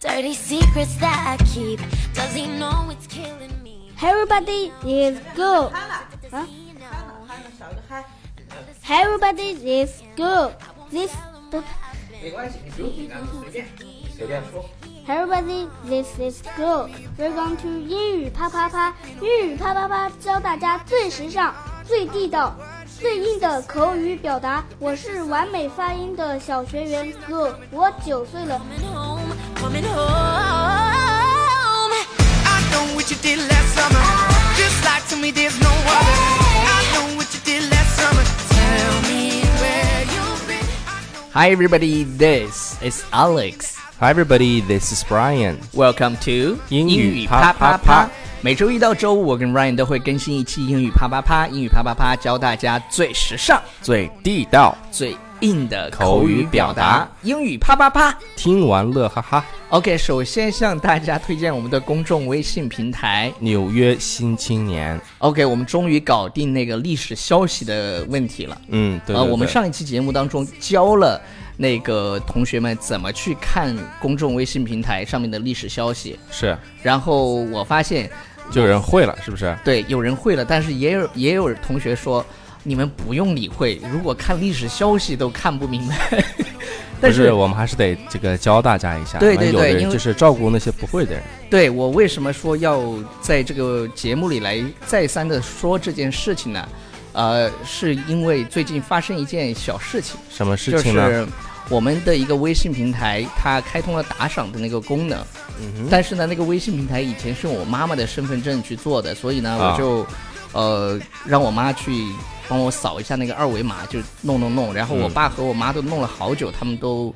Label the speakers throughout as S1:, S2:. S1: dirty secrets that I keep. Does he know it's killing me?
S2: Everybody is good.
S3: 憨了，
S1: Does he
S2: Huh?
S3: 憨
S1: know?
S3: 了，憨了，少一个憨。
S2: Everybody is good. This book.
S4: 没关系，你不用紧张，你随便，你随便说。
S2: Everybody, this is good. We're going to 英语啪啪啪，英语啪啪啪，教大家最时尚、最地道、最硬的口语表达。我是完美发音的小学员 Go，我九岁了。
S1: Coming home, coming home.
S5: I know what you did last summer. Just lie to me, there's no other. I know what you did last summer. Tell me where you've been. I know
S6: Hi everybody, this is Alex.
S7: Hi everybody, this is Brian.
S6: Welcome to
S7: 英语
S6: 啪啪
S7: 啪啪
S6: 啪
S7: 啪。
S6: 每周一到周五，我跟 Ryan 都会更新一期英语啪啪啪。英语啪啪啪教大家最时尚、
S7: 最地道，
S6: 最硬的口
S7: 口
S6: 语
S7: 语
S6: 表
S7: 表
S6: 达
S7: 达。
S6: 英语啪啪啪。
S7: 听完乐哈哈。
S6: OK，首先向大家推荐我们的公众微信平台。
S7: 纽约新青年，
S6: OK，我们终于搞定那个历史消息的问题了。
S7: 嗯，对对对、
S6: 呃，我们上一期节目当中教了那个呃同学们怎么去看公众微信平台上面的历史消息，
S7: 是
S6: 然后我发现，
S7: 就有人会了，是不是？
S6: 对，有人会了，但是也有也有同学说，你们不用理会，如果看历史消息都看不明白。 但
S7: 不
S6: 是
S7: 我们还是得这个教大家一下，
S6: 对对
S7: 因为
S6: 对
S7: 有的
S6: 因
S7: 人
S6: 为
S7: 就是照顾那些不会的人。
S6: 对我为什么说要在这个节目里来再三的说这件事情呢？呃，是因为最近发生一件小事情，
S7: 什么
S6: 就
S7: 事情呢？
S6: 是我们的一个微信平台，它开通了打赏的那个功能。
S7: 嗯哼，
S6: 但是呢，那个微信平台以前是用我妈妈的身份证去做的，所以呢，
S7: 啊
S6: 我就呃让我妈去帮我扫一下那个二维码，就弄弄弄。然后我
S7: 嗯
S6: 爸和我妈都弄了好久，他们都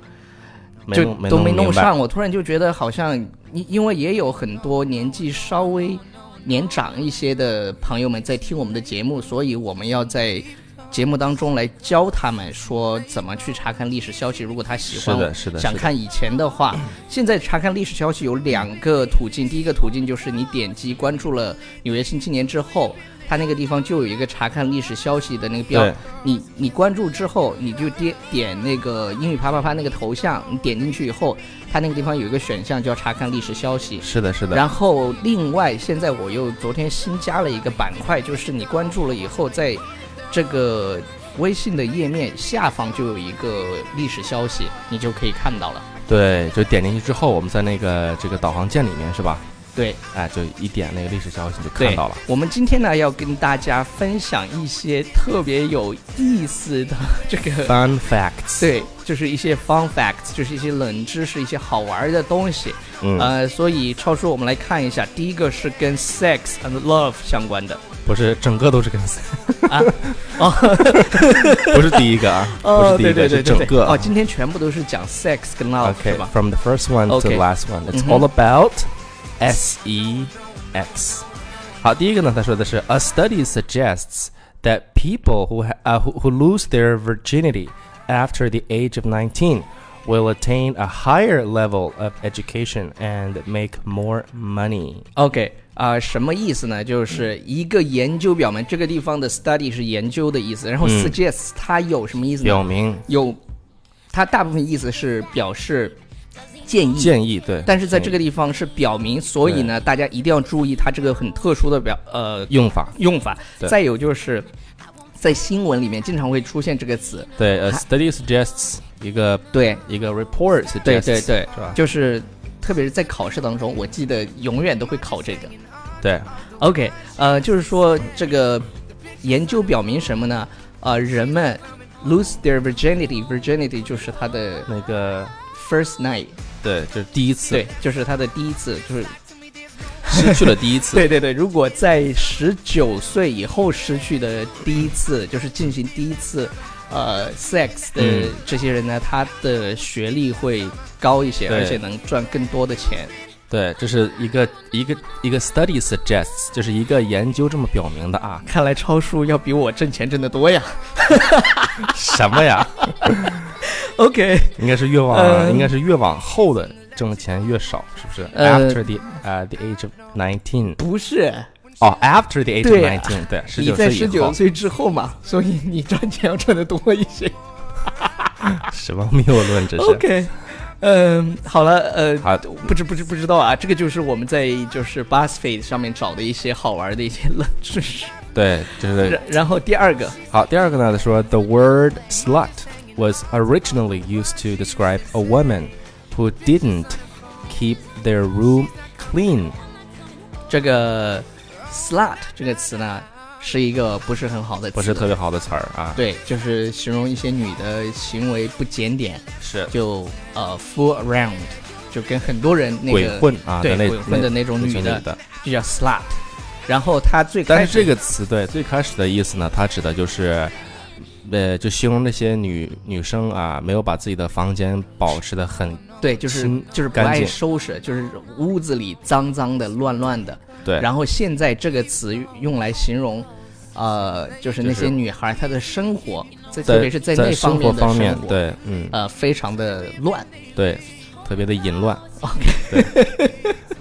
S7: 没
S6: 就
S7: 弄没
S6: 都没
S7: 弄
S6: 弄
S7: 明白
S6: 上。我突然就觉得好像，因因为也有很多年纪稍微年长一些的朋友们在听我们的节目，所以我们要在。节目当中来教他们说怎么去查看历史消息。如果他喜欢，
S7: 是的是的
S6: 想
S7: 是的
S6: 看以前的话，现在查看历史消息有两个途径。第一个途径就是你点击关注了《纽约新青年》之后，它那个地方就有一个查看历史消息的那个标
S7: 对，
S6: 你你关注之后，你就点点那个英语啪啪啪那个头像，你点进去以后，它那个地方有一个选项叫查看历史消息。
S7: 是的，是的。
S6: 然后另外，现在我又昨天新加了一个板块，就是你关注了以后，在这个微信的页面下方就有一个历史消息，你就可以看到了。
S7: 对，就点进去之后，我们在那个这个导航键里面是吧？
S6: 对，
S7: 哎，就一点那个历史消息就
S6: 对
S7: 看到了。。
S6: 我们今天呢，要跟大家分享一些特别有意思的 这个，
S7: Fun facts，，
S6: 对，就是一些 fun facts，就是一些冷知识，一些好玩的东西。
S7: 嗯，
S6: 呃，所以超叔，我们来看一下，第一个是跟 sex and love 相关的
S7: 不是整个都是 跟，
S6: 啊，哦，
S7: 不是第一个啊，不
S6: 哦，
S7: 是第
S6: 对
S7: 一
S6: 对对
S7: 个，
S6: 对
S7: 是整
S6: 对，
S7: 个啊。
S6: 哦，今天全部都是讲 sex 跟 love 是
S7: Okay,
S6: 吧？
S7: from the first one to
S6: Okay. Mm-hmm。
S7: the last one,
S6: 嗯
S7: it's
S6: 哼。
S7: all about S E X. 好，第一个呢，他说的是 A study suggests that people who ha- 呃、who who lose their virginity after the age of 19 will attain a higher level of education and make more money.
S6: OK 啊、什么意思呢？就是一个研究表明这个地方的 study 是研究的意思，然后
S7: 嗯
S6: suggest 它有什么意思呢？
S7: 表明
S6: 有，它大部分意思是表示建议，
S7: 建议对，
S6: 但是在这个
S7: 建议
S6: 地方是表明，所以呢，大家一定要注意它这个很特殊的表呃
S7: 用法
S6: 用法。
S7: 对
S6: 再有就是在新闻里面经常会出现这个词，
S7: 对，a
S6: 它
S7: study suggests 一个
S6: 对
S7: 一个 report suggests
S6: 对对对
S7: 是吧，？
S6: 就是特别是在考试当中，我记得永远都会考这个。
S7: 对，
S6: OK，呃，就是说这个研究表明什么呢？呃，人们 lose their virginity，virginity 就是他的
S7: 那个
S6: first night，
S7: 对，就是第一次
S6: 对，就是他的第一次，就是
S7: 失去了第一次，
S6: 对对对，如果在十九岁以后失去的第一次，就是进行第一次，呃，sex 的
S7: 嗯
S6: 这些人呢，他的学历会高一些，
S7: 对
S6: 而且能赚更多的钱。。
S7: 对，这是一个一个一个 study suggests，就是一个研究这么表明的啊
S6: 看来超叔要比我挣钱挣得多呀。
S7: 什么呀？
S6: OK，
S7: 应该是越往、
S6: 呃
S7: 应该是越往后的挣钱越少，是不是、
S6: 呃
S7: a f t e r the 呃、the age of nineteen
S6: 不是，
S7: 哦、a f t e r the age of
S6: 对啊
S7: nineteen 对，十
S6: 你
S7: 九
S6: 在
S7: 岁以
S6: 十九
S7: 后，
S6: 岁之后嘛，所以你赚钱要赚得多一些。
S7: 什么谬论这是
S6: OK，嗯，好了，呃，
S7: 好
S6: 不知不知不知道啊，这个就是我们在就是 BuzzFeed 上面找的一些好玩的一些冷知识。
S7: 对，就是
S6: 然然后第二个，
S7: 好。第二个呢，他说 The word slut was originally used to describe a woman who didn't keep their room clean。
S6: 这个 slut 这个词呢，是一个不是很好的词，
S7: 不是特别好的词儿啊。，
S6: 对，就是形容一些女的行为不检点，
S7: 是
S6: 就呃 fool around，就跟很多人那个
S7: 鬼混啊，
S6: 对
S7: 那类
S6: 鬼混的那种女
S7: 的
S6: 的，。就叫 slut。然后她最
S7: 但
S6: 开
S7: 是这
S6: 始
S7: 个词对最开始的意思呢，它指的就是，呃，就形容那些女女生啊，没有把自己的房间保持的很
S6: 对，就是
S7: 清
S6: 就是不
S7: 干
S6: 爱
S7: 净
S6: 收拾，就是屋子里脏脏的、乱乱的。
S7: 对，
S6: 然后现在这个词用来形容，呃，就是那
S7: 就是
S6: 些女孩她的生活，在
S7: 在
S6: 特别是在那
S7: 生
S6: 方
S7: 活
S6: 面的
S7: 方面
S6: 生，活，
S7: 对，嗯，
S6: 呃，非常的乱。
S7: 对，特别的淫乱，对，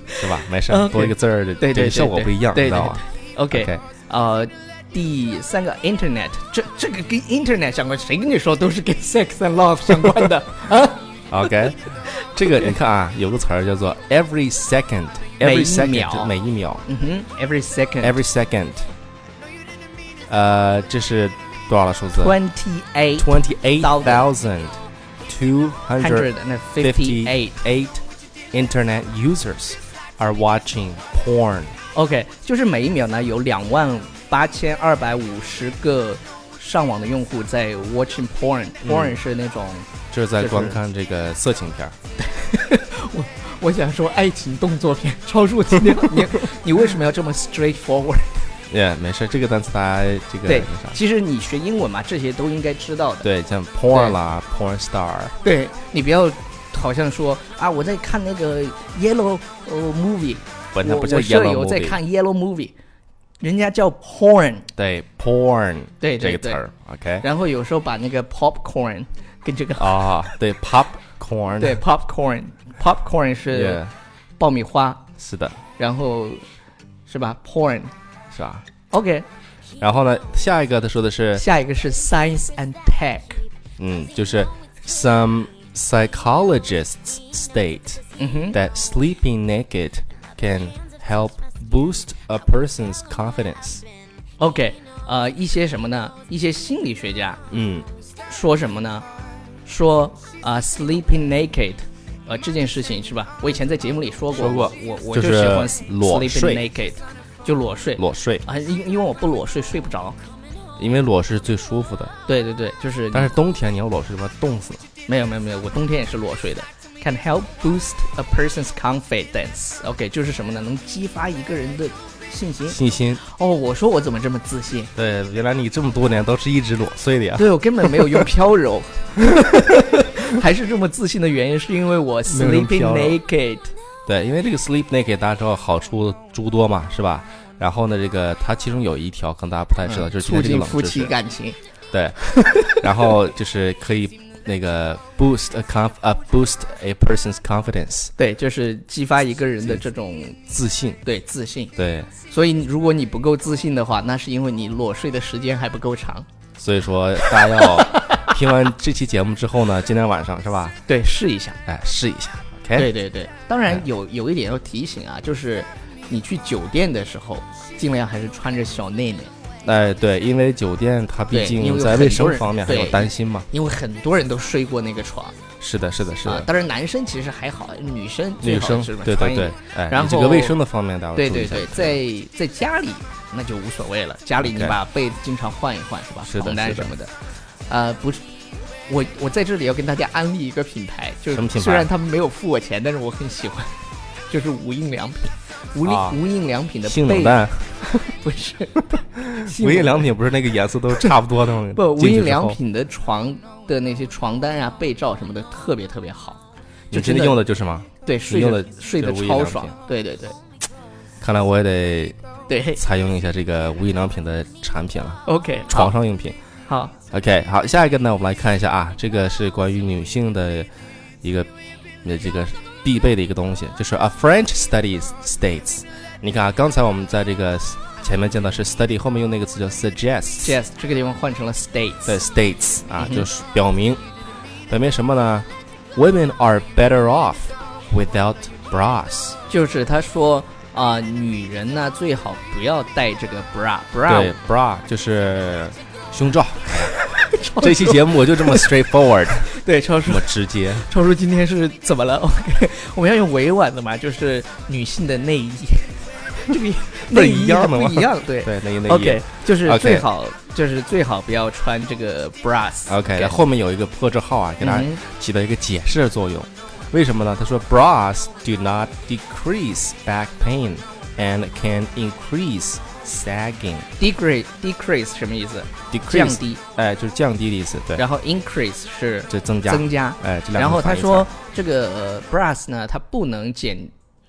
S7: 是吧？没事儿，
S6: OK
S7: 多一个字儿，
S6: 对对对
S7: 效果不一样，
S6: 对
S7: 你知道
S6: 对
S7: 吗
S6: OK，,
S7: OK
S6: 呃，第三个 Internet，这这个跟 Internet 相关，谁跟你说都是跟 sex and love 相关的啊？
S7: ？OK，这个你看啊，有个词儿叫做 every second，
S6: 每一
S7: every second，
S6: 秒
S7: 每一秒
S6: 嗯哼，every second
S7: ，every second，呃，这是多少了数字
S6: twenty eight
S7: ？twenty eight thousand two
S6: hundred
S7: hundred
S6: and fifty eight
S7: fifty。eight internet users are watching porn。
S6: OK，就是每一秒呢有两万八千二百五十个上网的用户在 watching porn，porn、porn
S7: 嗯
S6: 是那种
S7: 就是在
S6: 就是
S7: 观看这个色情片儿，
S6: 我想说爱情动作片，超出今天 你你为什么要这么 straightforward？
S7: 也、没事，这个单词大家这个
S6: 对
S7: 那啥，，
S6: 其实你学英文嘛，这些都应该知道的。
S7: 对，像 porn 啦，porn star，
S6: 对你不要好像说啊，我在看那个 yellow 呃 movie，
S7: 不，它
S6: 我
S7: 不叫
S6: 我舍
S7: yellow
S6: 友
S7: movie，
S6: 在看 yellow movie，人家叫 porn，
S7: 对 porn，
S6: 对
S7: 这
S6: 对
S7: 个词儿，OK，
S6: 然后有时候把那个 popcorn 跟这个、
S7: 啊，对 popcorn，
S6: 对 popcorn popcorn 是
S7: Yeah，
S6: 爆米花
S7: 是的，
S6: 然后是吧 porn。
S7: 是吧？
S6: OK，
S7: 然后呢，下一个他说的是，
S6: 下一个是 science and tech，
S7: 嗯，就是 some psychologists state
S6: 嗯哼，
S7: that sleeping naked can help boost a person's confidence，
S6: OK，呃，一些什么呢？一些心理学家
S7: 嗯，
S6: 说什么呢？说啊、s l e e p i n g naked，呃，这件事情是吧？我以前在节目里说过，
S7: 说过
S6: 我我
S7: 就
S6: 喜
S7: 是
S6: 欢 s-
S7: 裸
S6: sleeping
S7: 睡
S6: naked，就裸睡，
S7: 裸睡，
S6: 啊，因因为我不裸睡睡不着。
S7: 因为裸是最舒服的，
S6: 对对对，就是
S7: 但是冬天你要裸睡，他妈冻死了。
S6: 没有没有没有，我冬天也是裸睡的。Can help boost a person's confidence。OK，就是什么呢？能激发一个人的信心。
S7: 信心。
S6: 哦，我说我怎么这么自信？
S7: 对，原来你这么多年都是一直裸睡的呀。
S6: 对我根本没有用飘柔， 还是这么自信的原因，是因为我
S7: 没有用
S6: sleeping
S7: 飘柔
S6: naked。
S7: 对，因为这个 sleep naked 大家知道好处诸多嘛，是吧？然后呢，这个它其中有一条可能大家不太知道，就
S6: 嗯
S7: 是
S6: 促
S7: 今天
S6: 进
S7: 这个
S6: 夫
S7: 冷知
S6: 妻
S7: 识。
S6: 感情。
S7: 对，然后就是可以那个 boost a conf a boost a person's confidence
S6: 对，就是激发一个人的这种
S7: 自信。
S6: 对自信。
S7: 对，
S6: 所以如果你不够自信的话，那是因为你裸睡的时间还不够长。
S7: 所以说大家要听完这期节目之后呢，今天晚上是吧？
S6: 对，试一下。
S7: 哎，试一下。
S6: 对
S7: OK，
S6: 对对，当然有有一点要提醒啊，就是你去酒店的时候，尽量还是穿着小内内，
S7: 哎，对，因为酒店它毕
S6: 对因
S7: 竟
S6: 为有
S7: 在
S6: 很
S7: 卫
S6: 多
S7: 生
S6: 人
S7: 方面还有
S6: 对
S7: 担心嘛。
S6: 因为很多人都睡过那个床
S7: 是的，是的，是
S6: 啊
S7: 的。。
S6: 当然男生其实还好，女生最
S7: 女
S6: 好
S7: 生
S6: 是吧
S7: 对
S6: 穿
S7: 对
S6: 一点
S7: 对，哎，
S6: 然
S7: 你这个
S6: 后
S7: 卫生的方面大家
S6: 对
S7: 啊注意
S6: 对
S7: 一下
S6: 对，在在家里那就无所谓了，家里你
S7: OK
S6: 把被经常换一换是吧？
S7: 是的
S6: 床
S7: 是
S6: 单
S7: 的
S6: 什么的，呃，不是。我我在这里要跟大家安利一个品牌，就
S7: 什么
S6: 是
S7: 品牌
S6: 虽然他们没有付我钱，但是我很喜欢，就是无印良品，无印、
S7: 啊
S6: 无印良品的
S7: 性冷
S6: 被
S7: 淡，
S6: 不是 性
S7: 无印
S6: 冷
S7: 良品不是那个颜色都差不多的吗？
S6: 不，无
S7: 进去
S6: 印
S7: 之
S6: 良
S7: 后，
S6: 品的床的那些床单啊、被罩什么的，特别特别好，
S7: 你
S6: 就
S7: 真的用的就是吗？
S6: 对睡
S7: 用
S6: 得
S7: 的
S6: 睡得
S7: 就是无印
S6: 超
S7: 良
S6: 爽
S7: 品，
S6: 对对对
S7: 看来我也得
S6: 对
S7: 采用一下这个无印良品的产品了，
S6: ，OK，
S7: 床上用品。
S6: 好好
S7: OK，好，下一个呢，我们来看一下啊，这个是关于女性的一个呃这个必备的一个东西，就是 a French studies states。你看啊，刚才我们在这个前面见到是 study，后面用那个词叫 suggest。
S6: ，Yes，这个地方换成了 States，
S7: 在 states 啊，
S6: 嗯哼
S7: 就是表明表明什么呢？ women are better off without bras。
S6: 就是他说啊、女人呢最好不要戴这个 bra
S7: 对
S6: bra，
S7: ，bra 就是 胸罩。这期节目我就这么 straightforward，
S6: 对，超叔
S7: 这么直接。
S6: 超叔今天是怎么了 ？OK，我们要用委婉的嘛，就是女性的内 衣，这个
S7: 不
S6: 内
S7: 一
S6: 衣
S7: 样
S6: 是
S7: 的吗
S6: 不一 样，对。
S7: 对，内衣内衣。
S6: OK，就是最
S7: OK
S6: 好就是最好不要穿这个 bras。
S7: OK，那后面有一个破折号啊，给大家
S6: 嗯
S7: 起到一个解释的作用。为什么呢？他说，bras do not decrease back pain and can increase sagging。
S6: decrease decrease 什么意思？降
S7: decrease，
S6: 低，
S7: 哎，就是降低的意思，对，
S6: 然后 increase 是
S7: 就增加，
S6: 增加。
S7: 哎，这两个
S6: 然后他
S7: 反义词
S6: 说这个呃 bras 呢，它不能减，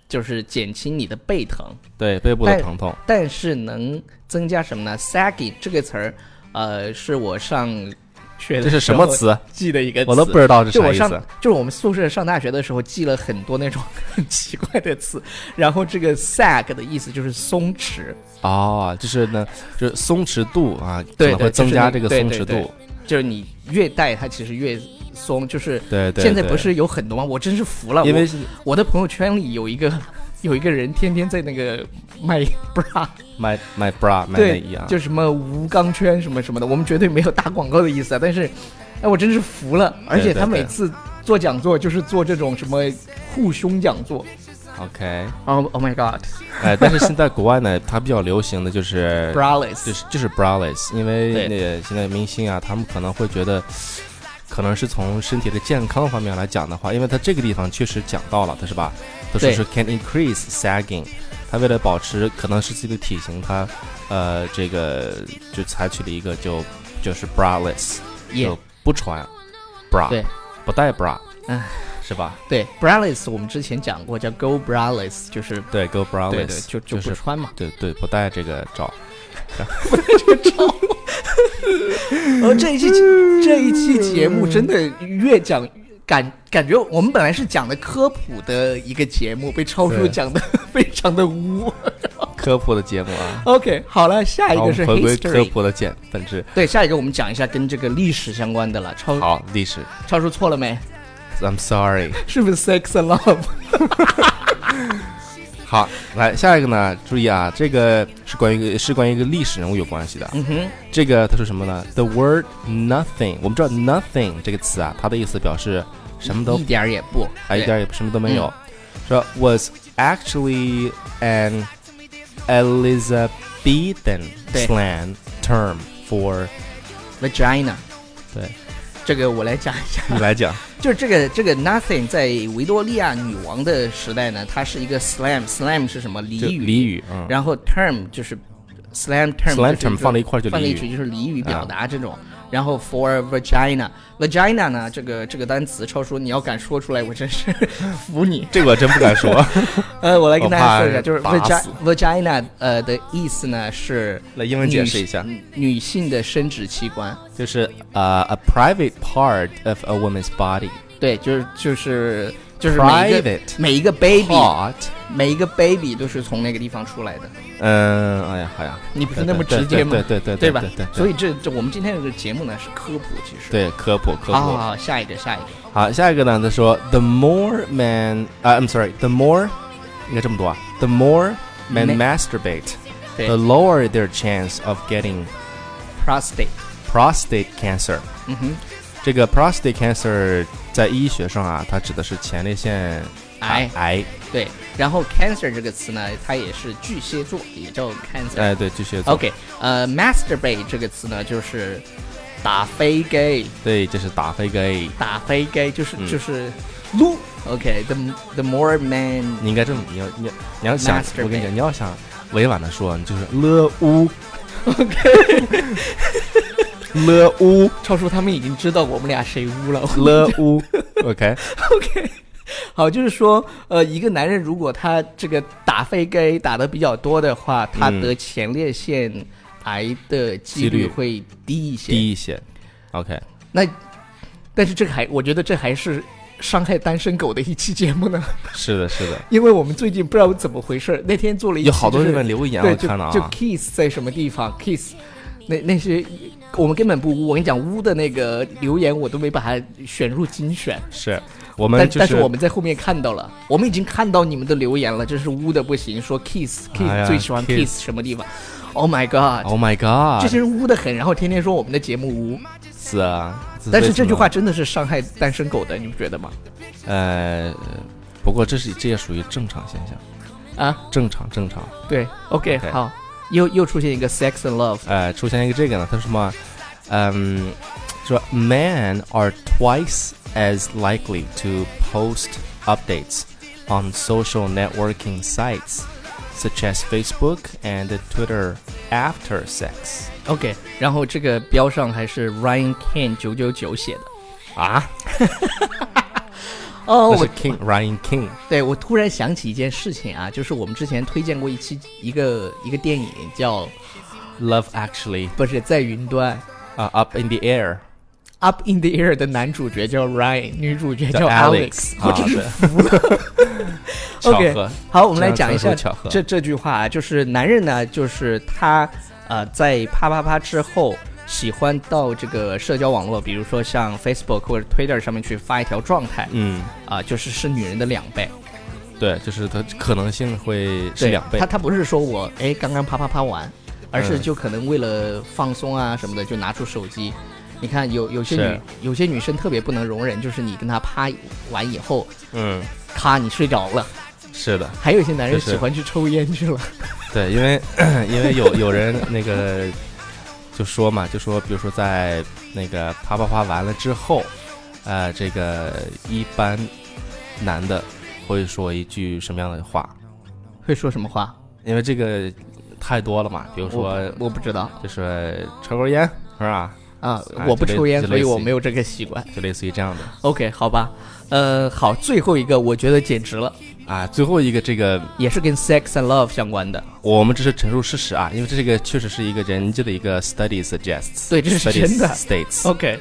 S6: 就是减轻你的背疼，
S7: 对背部的疼痛，
S6: 但是能增加什么呢？sagging 这个词儿，呃，是我上学的
S7: 这是什么
S6: 时候
S7: 词？啊
S6: 记的一个词，
S7: 我都不知道这
S6: 就
S7: 啥
S6: 我
S7: 意
S6: 上
S7: 思。
S6: 就是我们宿舍上大学的时候记了很多那种 很奇怪的词，然后这个 sag 的意思就是松弛，
S7: 哦，就是呢，就是松弛度啊，
S6: 对对
S7: 可能会
S6: 就是
S7: 增加
S6: 你
S7: 这个
S6: 对
S7: 松
S6: 对
S7: 弛
S6: 对
S7: 度，
S6: 就是你越戴它其实越松，就是
S7: 对对
S6: 现在
S7: 对
S6: 不是有很多吗？我真是服了，
S7: 因为
S6: 我我的朋友圈里有一个 有一个人天天在那 个卖 bra，
S7: 买买 bra 买内
S6: 对
S7: 衣啊，，
S6: 就是什么无钢圈什么什么的，我们绝对没有打广告的意思啊，但是。哎，我真是服了，而且
S7: 对
S6: 他
S7: 对
S6: 每次做讲座就是做这种什么护胸讲座
S7: OK，
S6: ，Oh Oh my God，braless，
S7: 哎，但是现在国外呢，它比较流行的就是就是就是 braless，因为
S6: 对
S7: 那个现在明星啊，他们可能会觉得，可能是从身体的健康方面来讲的话，因为他这个地方确实讲到了，他是吧？他说
S6: 对
S7: 是 can increase sagging，他为了保持可能是自己的体型，他呃这个就采取了一个就就是 braless，
S6: 也
S7: 就不穿 bra，
S6: 对，
S7: 不带 bra，
S6: 唉
S7: 是吧？
S6: 对 braless，我们之前讲过叫 go braless，就是
S7: 对，go braless，
S6: 对对，就
S7: 就
S6: 不
S7: 是
S6: 穿嘛。
S7: 对对，不带这个罩。
S6: 呃，这一期这一期节目真的越讲越感感觉我们本来是讲的科普的一个节目，被超叔
S7: 对
S6: 讲的 非常的污。
S7: 科普的节目啊，
S6: OK，好了，下一
S7: 好，我
S6: 个
S7: 们
S6: 是
S7: 回归科
S6: history，
S7: 普的简本质。
S6: 对，下一个我们讲一下跟这个历史相关的了。超
S7: 好，历史
S6: 超叔错了没？
S7: ，I'm sorry。
S6: 是不是 sex and love？
S7: 好，来下一个呢？注意啊，这个是关于一个是关于一个历史人物有关系的。
S6: 嗯哼，
S7: 这个他说什么呢？The word nothing，我们知道 nothing 这个词啊，它的意思表示什么 都
S6: 一点儿嗯也不，
S7: 哎一
S6: 对
S7: 点儿也什么都没有。说 was actually an Elizabethan
S6: 对
S7: slang term for
S6: vagina。
S7: 对
S6: 这个我来讲一下。
S7: 你来讲，
S6: 就是这个这个 nothing 在维多利亚女王的时代呢，它是一个 slam，slam 是什么
S7: 就
S6: 俚语？
S7: 俚语，嗯，
S6: 然后 term 就是 slam term，
S7: slang
S6: 就是
S7: term 放在一块儿就
S6: 放在
S7: 俚
S6: 一
S7: 语啊
S6: 起就是俚语表达这种。然后 for vagina vagina 呢，这个这个单词超叔你要敢说出来，我真是 服你。
S7: 这个我真不敢 说。
S6: 呃，我来跟大家说一下，
S7: 我怕
S6: 就是
S7: 打
S6: vagina
S7: 死
S6: vagina 呃的意思呢是
S7: 来英文解释一下
S6: 女女性的生殖器官。
S7: 就是呃、a private part of a woman's body。
S6: 对，就是就是就是每一个
S7: Private 哦
S6: 每一个 baby
S7: Part，
S6: 每一个 baby 都是从那个地方出来的，
S7: 嗯，哎呀，好呀，
S6: 你不是那么直接吗？
S7: 对对对对对
S6: 吧
S7: 对对？对
S6: 所以这这我们今天这个节目呢是科普，其实。
S7: 对，科普科普。
S6: 好好好，下一个下一个，
S7: 好，下一个呢，他说，the more man，啊、i m sorry，the more，应该这么读啊，the more men
S6: Men-
S7: masturbate，the
S6: 对
S7: lower their chance of getting
S6: prostate，
S7: prostate cancer。
S6: 嗯哼，
S7: 这个 prostate cancer 在医学上啊，它指的是前列腺
S6: 癌
S7: 癌，
S6: 对。然后 cancer 这个词呢，它也是巨蟹座，也叫 cancer。
S7: 哎，对，巨蟹座
S6: OK，呃，masturbate 这个词呢，就是打飞机，
S7: 对，这是打飞给，
S6: 打飞机就是、
S7: 嗯
S6: 就是撸。OK，the、the more man
S7: 你应该这么，你要你要你要想，
S6: Masturbate
S7: 我跟你讲，你要想委婉的说，你就是了乌，OK，了乌
S6: 超叔他们已经知道我们俩谁污了。
S7: 了乌，OK，
S6: OK，好，就是说，呃，一个男人如果他这个打飞给打的比较多的话，他
S7: 嗯
S6: 得前列腺癌的几
S7: 几率
S6: 率会低一些。
S7: 低一些，OK，
S6: 那，但是这个还，我觉得这还是伤害单身狗的一期节目呢，
S7: 是的，是的，
S6: 因为我们最近不知道怎么回事，那天做了一期、
S7: 有好多
S6: 就是
S7: 人留言，啊
S6: 对，
S7: 我
S6: 就
S7: 看了
S6: 就
S7: 啊，
S6: kiss 在什么地方 kiss，那那些我们根本不污。我跟你讲，污的那个留言我都没把它选入精选，
S7: 是我们
S6: 但
S7: 就是
S6: 但是我们在后面看到了，我们已经看到你们的留言了，真是污的不行，说 kiss kiss、
S7: 哎呀
S6: 最喜欢
S7: kiss
S6: kiss 什么地方？Oh my god！、
S7: Oh my
S6: 这
S7: God，
S6: 些人污的很，然后天天说我们的节目污，
S7: 是啊，是
S6: 但
S7: 为
S6: 是
S7: 什
S6: 这句
S7: 么
S6: 话真的是伤害单身狗的，你们觉得吗？
S7: 呃，不过这是这也属于正常现象，
S6: 啊，
S7: 正常正常。
S6: 对，OK，,
S7: OK
S6: 好，又又出现一个 sex and love，
S7: 呃，出现一个这个呢，他说什么？嗯，说 men are twice as likely to post updates on social networking sites such as Facebook and Twitter after sex。
S6: OK，然后这个标上还是 Ryan Ken 九九九写的
S7: 啊，
S6: 哦
S7: 那是
S6: 我
S7: King Ryan King
S6: 对我突然想起一件事情啊，就是我们之前推荐过一期一个一个电影叫
S7: Love Actually
S6: 不是在云端
S7: 啊、u p in the Air。
S6: Up in the Air 的男主角叫 Ryan，女主角
S7: 叫
S6: 叫
S7: Alex，
S6: 我真是
S7: 啊
S6: 服 了。
S7: 巧
S6: OK，
S7: 合
S6: 好，我们来
S7: 这样
S6: 讲一下
S7: 纯属巧合
S6: 这这句话啊，就是男人呢，就是他呃，在啪啪啪之后，喜欢到这个社交网络，比如说像 Facebook 或者 Twitter 上面去发一条状态，
S7: 嗯，
S6: 啊、就是是女人的两倍，
S7: 对，就是它可能性会是
S6: 对
S7: 两倍
S6: 他。他不是说我哎刚刚啪啪啪完，而是
S7: 嗯
S6: 就可能为了放松啊什么的，就拿出手机。你看有有些
S7: 是
S6: 女有些女生特别不能容忍，就是你跟她啪完以后，
S7: 嗯，
S6: 咔你睡着了。
S7: 是的，
S6: 还有一些男人
S7: 就是
S6: 喜欢去抽烟去了。
S7: 对，因为 因为有有人那个就说嘛，就说比如说在那个啪啪啪完了之后，呃，这个一般男的会说一句什么样的话？
S6: 会说什么话？
S7: 因为这个太多了嘛，比如说
S6: 我我不知道
S7: 就是抽根烟是吧？
S6: 啊
S7: 哎，
S6: 我不
S7: 就类
S6: 抽烟，
S7: 就
S6: 所
S7: 类
S6: 以
S7: 似
S6: 我
S7: 于
S6: 没有这个习惯。
S7: 就类似于这样的
S6: OK，好吧，呃，好，最后一个我觉得简直了，
S7: 啊。最后一个这个
S6: 也是跟 sex and love 相关的。
S7: 我们只是陈述事实啊，因为这个确实是一个人家的一个 study suggests，
S6: 对这是
S7: study
S6: 真的
S7: states。
S6: OK，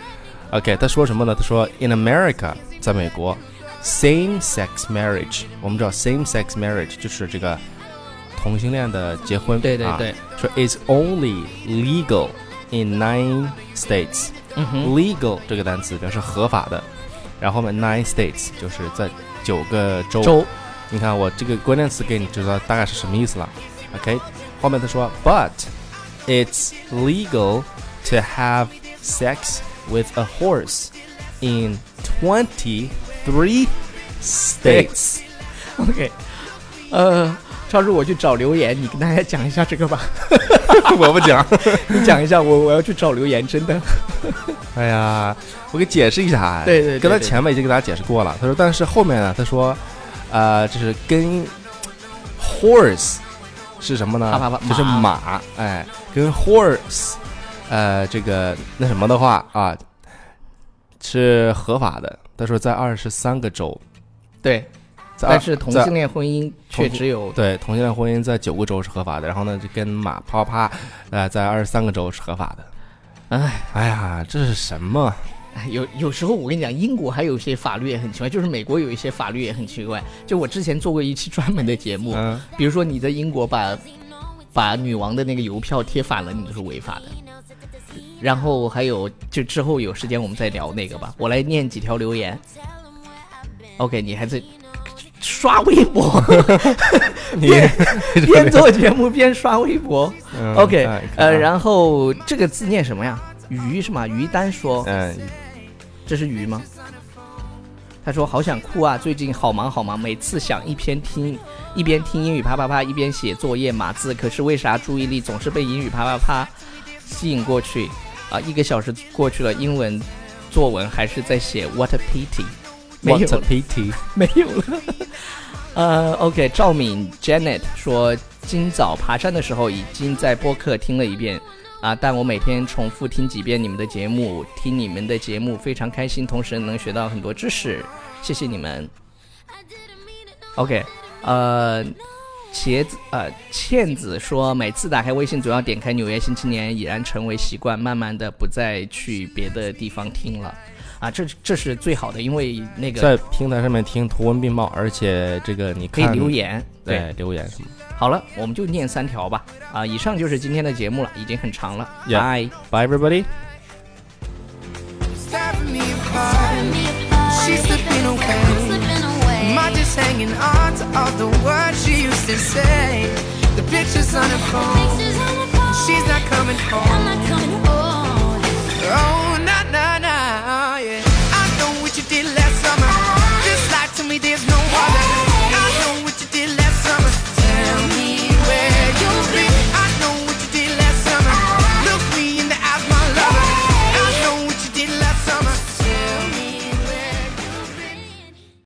S7: OK，他说什么呢？他说，In America，在美国，same-sex marriage，我们知道 same-sex marriage 就是这个同性恋的结婚，
S6: 对对
S7: 啊
S6: 对
S7: 说 is only legal in nine states。
S6: 嗯哼
S7: legal 这个单词表示合法的，然后后面 nine states 就是在九个州。
S6: 周
S7: 你看我这个关键词给你知道大概是什么意思了。OK，后面他说，But it's legal to have sex with a horse in twenty three states。
S6: OK，呃，超叔，我去找留言，你跟大家讲一下这个吧。
S7: 我不讲。
S6: 你讲一下，我我要去找留言，真的。
S7: 哎呀，我给解释一下啊。
S6: 对对对
S7: 刚才
S6: 对
S7: 前面已经给大家解释过了。他说，但是后面呢，他说，呃，就是跟 horse 是什么呢？
S6: 啪啪啪
S7: 就是
S6: 马
S7: 马，哎，跟 horse，呃，这个那什么的话啊，是合法的。他说在二十三个州，
S6: 对，
S7: 在
S6: 但
S7: 二
S6: 是同
S7: 在
S6: 性恋婚姻却只有
S7: 对同性恋婚姻在九个州是合法的，然后呢，就跟马啪啪啪，呃，在二十三个州是合法的。
S6: 哎，
S7: 哎呀，这是什么？
S6: 哎有有时候我跟你讲，英国还有一些法律也很奇怪，就是美国有一些法律也很奇怪。就我之前做过一期专门的节目，
S7: 嗯，
S6: 比如说你在英国把把女王的那个邮票贴反了，你就是违法的。然后还有，就之后有时间我们再聊那个吧。我来念几条留言。OK，你还在刷微博，
S7: 你
S6: 边做节目边刷微博。
S7: 嗯
S6: OK，
S7: 哎
S6: 呃，
S7: 看啊
S6: 然后这个字念什么呀？鱼是吗？于丹说
S7: 嗯，
S6: 这是鱼吗？他说好想哭啊，最近好忙好忙，每次想一边听一边听英语啪啪啪，一边写作业码字，可是为啥注意力总是被英语啪啪啪吸引过去？啊，一个小时过去了，英文作文还是在写 What a pity，没有
S7: What a
S6: 了
S7: pity！
S6: 没有了。呃，OK，赵敏 Janet 说，今早爬山的时候已经在播客听了一遍啊，但我每天重复听几遍你们的节目，听你们的节目非常开心，同时能学到很多知识，谢谢你们。OK，呃，茄子呃倩子说，每次打开微信总要点开《纽约新青年》，已然成为习惯，慢慢的不再去别的地方听了。啊，这这是最好的，因为那个
S7: 在平台上面听图文并茂，而且这个你
S6: 可以
S7: 看
S6: 留，言。
S7: 对，留言什么。
S6: 好了，我们就念三条吧。啊，以上就是今天的节目了，已经很长了。
S7: Yeah.
S6: 拜。
S7: Bye everybody。
S5: It's tearing me apart. She's slipping away.
S1: I'm slipping away.
S5: Am I just hanging on to all the words she used to say? The pictures on her phone.